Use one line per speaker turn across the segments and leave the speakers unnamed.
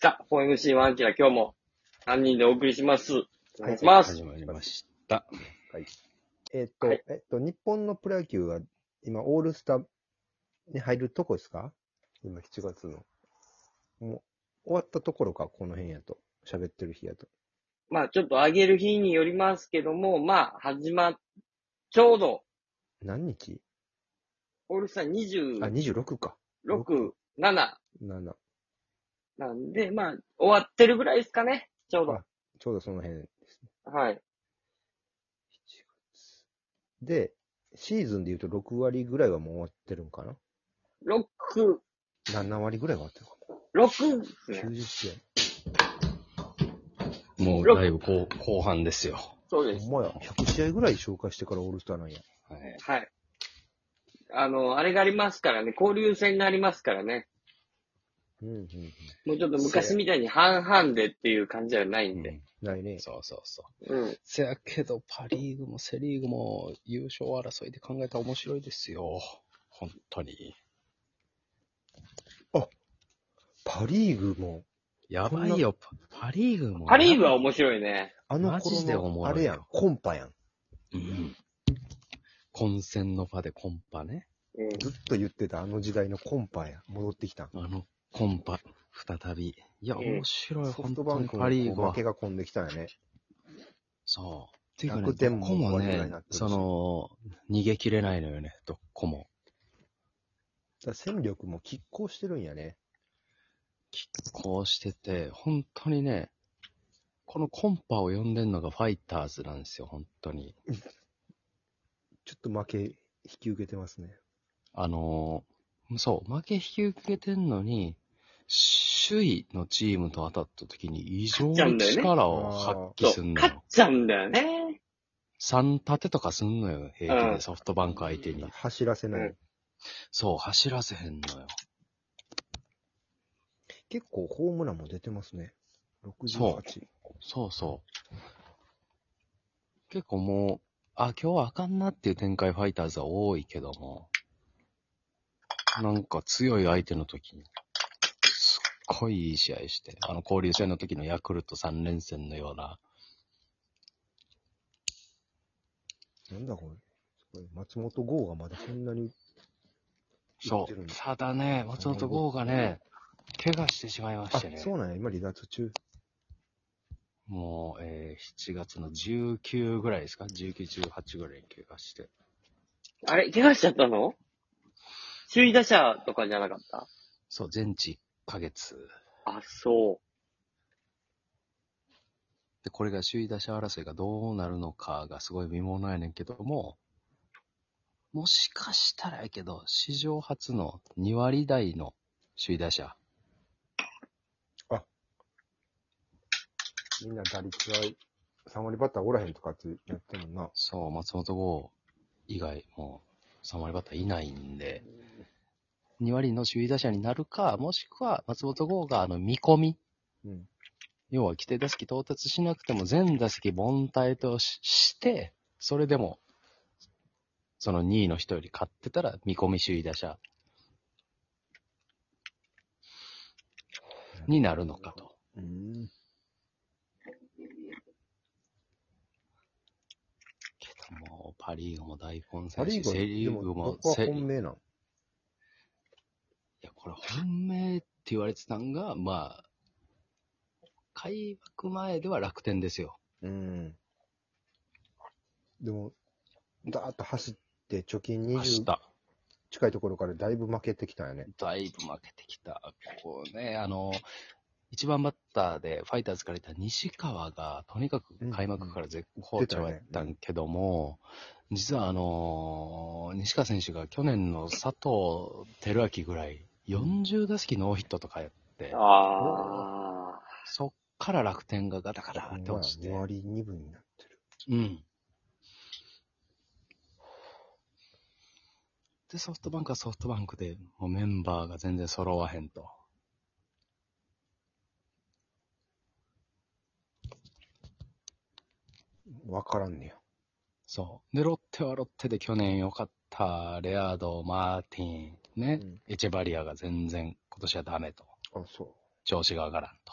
さあ、4MC1 キラ、今日も3人でお送りします。お願いし
は
ま
い
す。
始まりました。
えっと、
はい
えっと、日本のプロ野球は今、オールスターに入るとこですか今、7月の。もう、終わったところか、この辺やと。喋ってる日やと。
まあ、ちょっと上げる日によりますけども、まあ、始まっ、ちょうど、
何日
オールスター
あ、
26、
26か。
7
7。
なんで、まあ、終わってるぐらいですかね。ちょうど。
ちょうどその辺。
はい。
で、シーズンで言うと6割ぐらいはもう終わってるんかな
6、
?7 割ぐらいは終わってるのか
6ですね
な。?90 試
もうだいぶ後後半ですよ。
そうで
合。
す。
ほんまや、100試合ぐらい消化してからオールスターなんや。
はい、
はい。あの、あれがありますからね、交流戦がありますからね。
うん、うん、うん。
もうちょっと昔みたいに半々でっていう感じじゃない
うん
で。
ん
ないね。
そうそうそう。
うん。
せやけど、パ・リーグもセ・リーグも優勝争いで考えたら面白いですよ。本当に。
パリーグも、
やばいよ、パパ・リーグも。
パリーグは面白いね。
あの
マ
頃
ジでお
の、
もろい
あ
よ
れやん、コンパやん。
うん。混戦のパでコンパね。
うん。
ずっと言ってたあの時代のコンパや、戻ってきたん。
あの、コンパ、再び。いや、
うん
面白い、
ソフ
本
トバ
当
ン
に
ク
パ・リーグ
の
は
負け。が込んできたよね。
そう。っていうかね、
楽天も
どこも
五割ぐらい
ね
になって、るし
その、逃げ切れないのよね、どこも。
だから戦力も拮抗してるんやね。
こうしてて、本当にね、このコンパを呼んでんのがファイターズなんですよ、本当に。
ちょっと負け引き受けてますね。
あのーそう、負け引き受けてんのに、首位のチームと当たった時に異常に力を発揮すんの
勝っ
よ。
ちゃうんだよね。
3立てとかすんのよ、平気
う
で
ん
ソフトバンク相手に。
走らせない。
うん
そう、走らせへんのよ。
結構ホームランも出てますね。
そ
68。
そうそう。結構もう、あ、今日はあかんなっていう展開ファイターズは多いけども、なんか強い相手の時に、すっごいいい試合して、あの交流戦の時のヤクルト3連戦のような、
なんだこれ。これ松本剛がまだそんなに、言っ
そ
てる
う
の。
ただね、松本剛がね、怪我してしまいま
あ
して、ね。
そうなんや、今離脱中。
もう、えー7月の19ぐらいですか ?19、18ぐらいに怪我して。
あれ、怪我しちゃったの首位打者とかじゃなかった
そう、全治1ヶ月。
あ、そ
で、これが首位打者争いがどうなるのかがすごい微妙なんやねんけども、もしかしたらやけど、史上初の2割台の首位打者。
みんな打率は3割バッターおらへんとかってやってもんな。
そう、松本剛以外もう3割バッターいないんで、2割の首位打者になるか、もしくは松本剛があの見込み、
うん。
要は規定打席到達しなくても全打席凡退としして、それでも、その2位の人より勝ってたら見込み首位打者になるのかと。
うん。
けども、パリーグも大混
パ
戦
リー
し、
グは
セリ
で
ーグ
も
も
ど、こは
セ
本命なん
いや、これ本命って言われてたんが、まあ、開幕前では楽天ですよ。
うん。でも、だーっと走って、貯金
明日
20。近いところからだいぶ負けてきたよね。
だいぶ負けてきた。こうね、あの、一番バッターでファイターズからいた西川が、とにかく開幕から絶好調やったんけども、実はあのー西川選手が去年の佐藤輝明ぐらい、40打席ノーヒットとかやって
う。、ああ。
そっから楽天がガタガタって
まあ
落ちて
2。割2分になってる。
うん。で、ソフトバンクはソフトバンクで、もうメンバーが全然揃わへんと。
わからんねや。
そう。で、ロッテはロッテで去年良かった、レアード、マーティン、ね、
うん
エチェバリアが全然今年はダメと。
あ、そ
調子が上がらんと。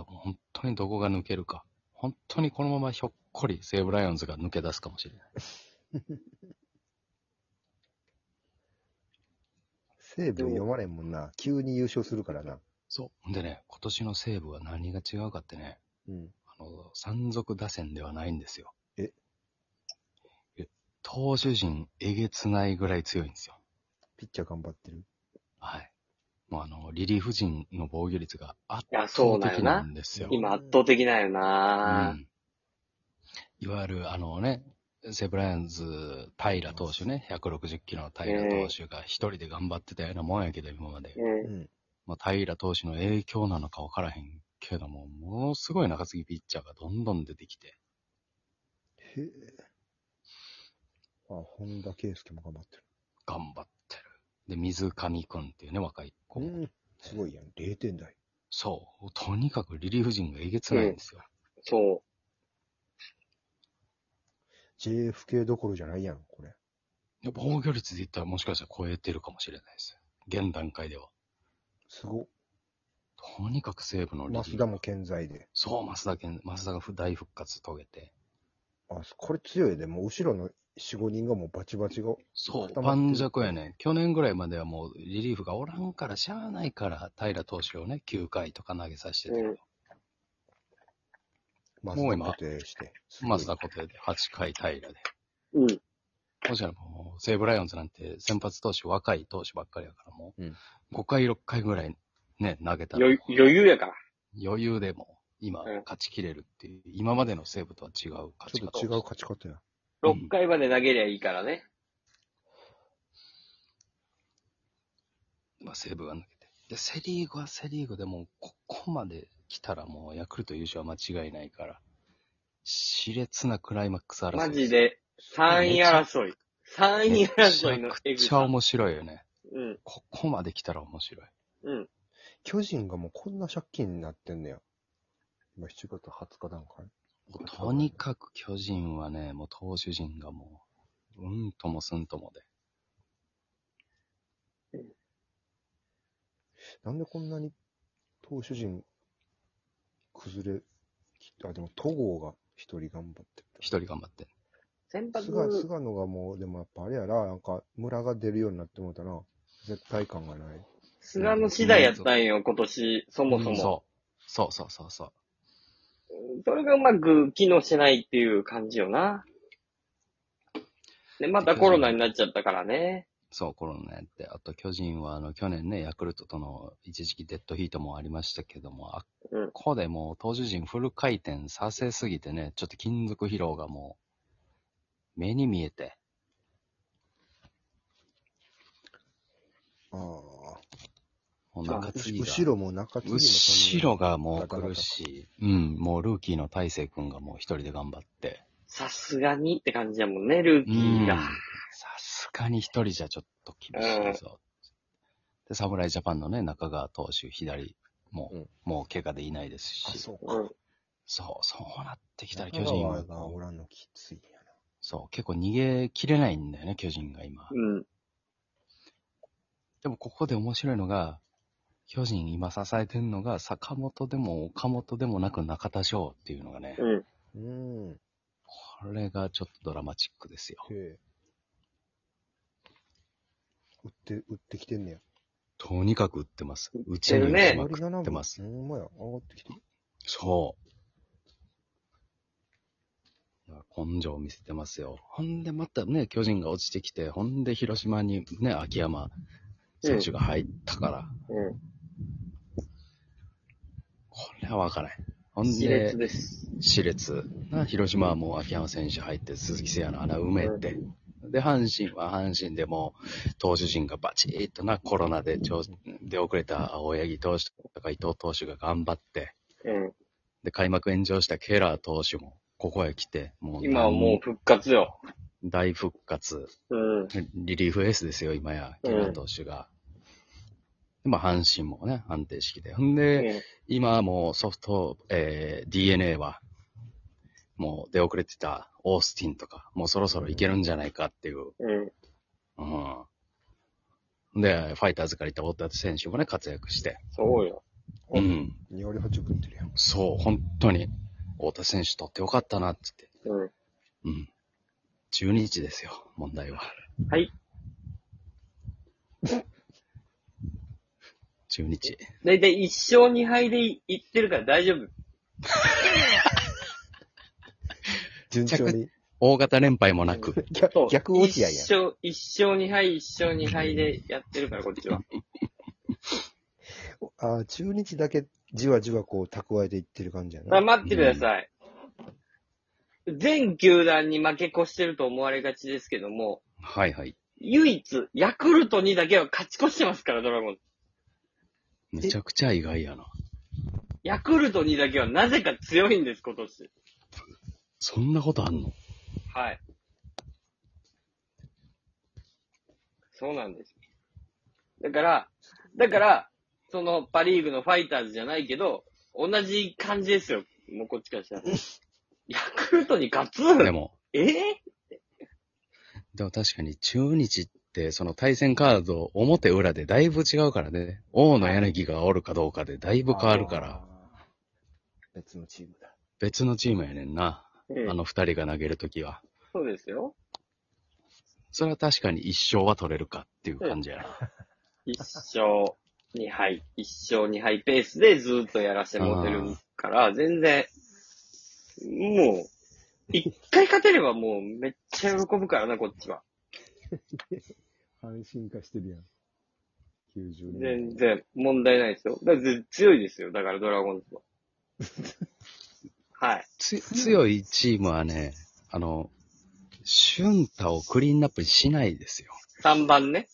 だから本当にどこが抜けるか。本当にこのままひょっこり西武ライオンズが抜け出すかもしれない。
西武読まれんもんな。急に優勝するからな。
そう。でね、今年の西武は何が違うかってね、
うん。
あの、山賊打線ではないんですよ。
え
え投手陣えげつないぐらい強いんですよ。
ピッチャー頑張ってる。
はい。もうあの、リリーフ陣の防御率が圧
いや、そ
倒
うだよ
的
な
な。んですよ。
今圧倒的だよ
う
な、
んいわゆる、あのね、セブライアンズ、平投手ね、160キロの平投手が一人で頑張ってたようなもんやけど、今まで。
ね
うん。
まあ、平投手の影響なのか分からへんけども、ものすごい中継ぎピッチャーがどんどん出てきて、
へえ。あ、本田圭佑も頑張ってる。
頑張ってる。で、水上くんっていうね、若い子。
うん。すごいやん。0点台。
そう。とにかくリリーフ陣がえげつないんですよ。
そ
JFK どころじゃないやん、これ。
いや防御率で言ったらもしかしたら超えてるかもしれないです。現段階では。
すごっ。
とにかく西武のリリー
増田も健在で。
そう、増田健、増田が大復活遂げて。
あ、これ強いで。もう後ろの4、5人がもうバチバチが。
そう、
固まってる
盤石やね。去年ぐらいまではもうリリーフがおらんから、しゃあないから、平投手をね、9回とか投げさせてて、
うん
ま
もう今
固定して。すごい
増田固定で8回平で。
う。うん。
もしかしたらもう、西武ライオンズなんて先発投手、若い投手ばっかりやから、も
うん
う、5回、6回ぐらいね、投げたら
余、余裕やから。
余裕でも、今、
うん
勝ち切れるっていう、今までの西武とは違う勝ち
ちょっ
方。
と違う勝ち方や。
うん
6回まで投げりゃいいからね。
まあ、西武が抜けて。で、セリーグはセリーグでもう、ここまで来たらもう、ヤクルト優勝は間違いないから、熾烈なクライマックス争い。
マジ。で、3位争い。3位争いの
め
エグ
ちゃくちゃ
さ。
面白いよね。
うん。
ここまで来たら面白い。
うん。
巨人がもうこんな借金になってんねや。今7月20日段階。
もうとにかく巨人はね、もう投手陣がもう、うんともすんともで。
なんでこんなに投手陣崩れきあ、でも戸郷が一人頑張ってる。
一人頑張って。
先発、
菅菅野がもう、でもやっぱあれやな、なんか、村が出るようになってもうたら、絶対感がない。
菅野次第やったんよ、今年、そもそ
うん
も。
そう。そうそうそうそう。
それがうまく機能してないっていう感じよな。で、またコロナになっちゃったからね。
そう、コロナやって。あと、巨人は、あの、去年ね、ヤクルトとの一時期デッドヒートもありましたけども、あっ
うん
こでもう、投手陣フル回転させすぎてね、ちょっと金属疲労がもう、目に見えて、
あ
もう
あ。
中継ぎが。
後ろも中継ぎも
後ろがもう
ガタガタ
苦しい。うん、もうルーキーの大勢君がもう一人で頑張って。
さすがにって感じやもんね、ルー
う
キー
ん。
が
さ。すがに一人じゃちょっと厳しいぞ。で、侍ジャパンのね、中川投手、左、もう、
うん
もう怪我でいないですし。
あ、そう
う
か。
ん。
そう、そうなってきたら巨
中
人
川
は、
がおらんのきついんや
そう、結構逃げ切れないんだよね、巨人が今。
うん。
でもここで面白いのが、巨人今支えてるのが、坂本でも岡本でもなく中田翔っていうのがね、
うん。
な。うん。へ
これがちょっとドラマチックですよ。
え。打って、打ってきてんねや。
とにかく売ってます。打ち
てる
に打
ね
ちまくってます。
ほんまや、上がってきてる。
そう。だから根性を見せてますよ。ほんでまたね、巨人が落ちてきて、ほんで広島にね、秋山選手が入ったから、
う
これはわからない。ほ
ん。
ん
熾
で
烈、です。
熾烈。な、広島はもう秋山選手入って、鈴木誠也の穴埋めて。で、阪神は阪神でもう、投手陣がバチッとな、コロナでちょ出遅れた青柳投手とか伊藤投手が頑張って、
うん。
で、開幕炎上したケラー投手も、ここへ来て、もう、
今はもう復活よ。
大復活。
うん。
リリーフエースですよ、今や、ケラー投手が。でまあ、阪神もね、安定式で。ほんで、
うん
今もうソフト、えー、DNA は、もう出遅れてたオースティンとか、もうそろそろいけるんじゃないかっていう、
うん。
うん。で、ファイターズから行った大田選手もね、活躍して。
そうよ。
う。
うんん。
2割8分ってるやん。
そう、本当に、大田選手取ってよかったなってって。
うん。
うん。12日ですよ、問題は。
はい。
12日。
だいたい1勝2敗でいってるから大丈夫。
順調に。
大型連敗もなく。
そう
逆逆落合やん。
一勝、一勝2敗、一勝2敗でやってるから、こっちは。
ああ、中日だけじわじわこう蓄えていってる感じや
まあ、
な。
待ってください。全球団に負け越してると思われがちですけども、
はいはい。
唯一、ヤクルトにだけは勝ち越してますから、ドラゴンズ。
めちゃくちゃ意外やな。
ヤクルトにだけはなぜか強いんです、今年。
そんなことあんの
はい。そうなんです。だから、だから、そのパリーグのファイターズじゃないけど、同じ感じですよ。もうこっちから したら。ヤクルトに勝つ
でも、
えー
でも確かに中日って、その対戦カード、表裏でだいぶ違うからね。王の柳がおるかどうかでだいぶ変わるから、
あー。別のチームだ。
別のチームやねんな。
ええ
あの二人が投げるときは。
そうですよ。
それは確かに一勝は取れるかっていう感じや
一勝二敗、一勝二敗ペースでずーっとやらせてもらってるから、全然、もう、一回勝てればもうめっちゃ喜ぶからな、こっちは。
安心化してるやん。90
全然問題ないですよ。だって強いですよ。だからドラゴンズは。はい。
つ強いチームはね、あの、俊太をクリーンナップしないですよ。
3番ね。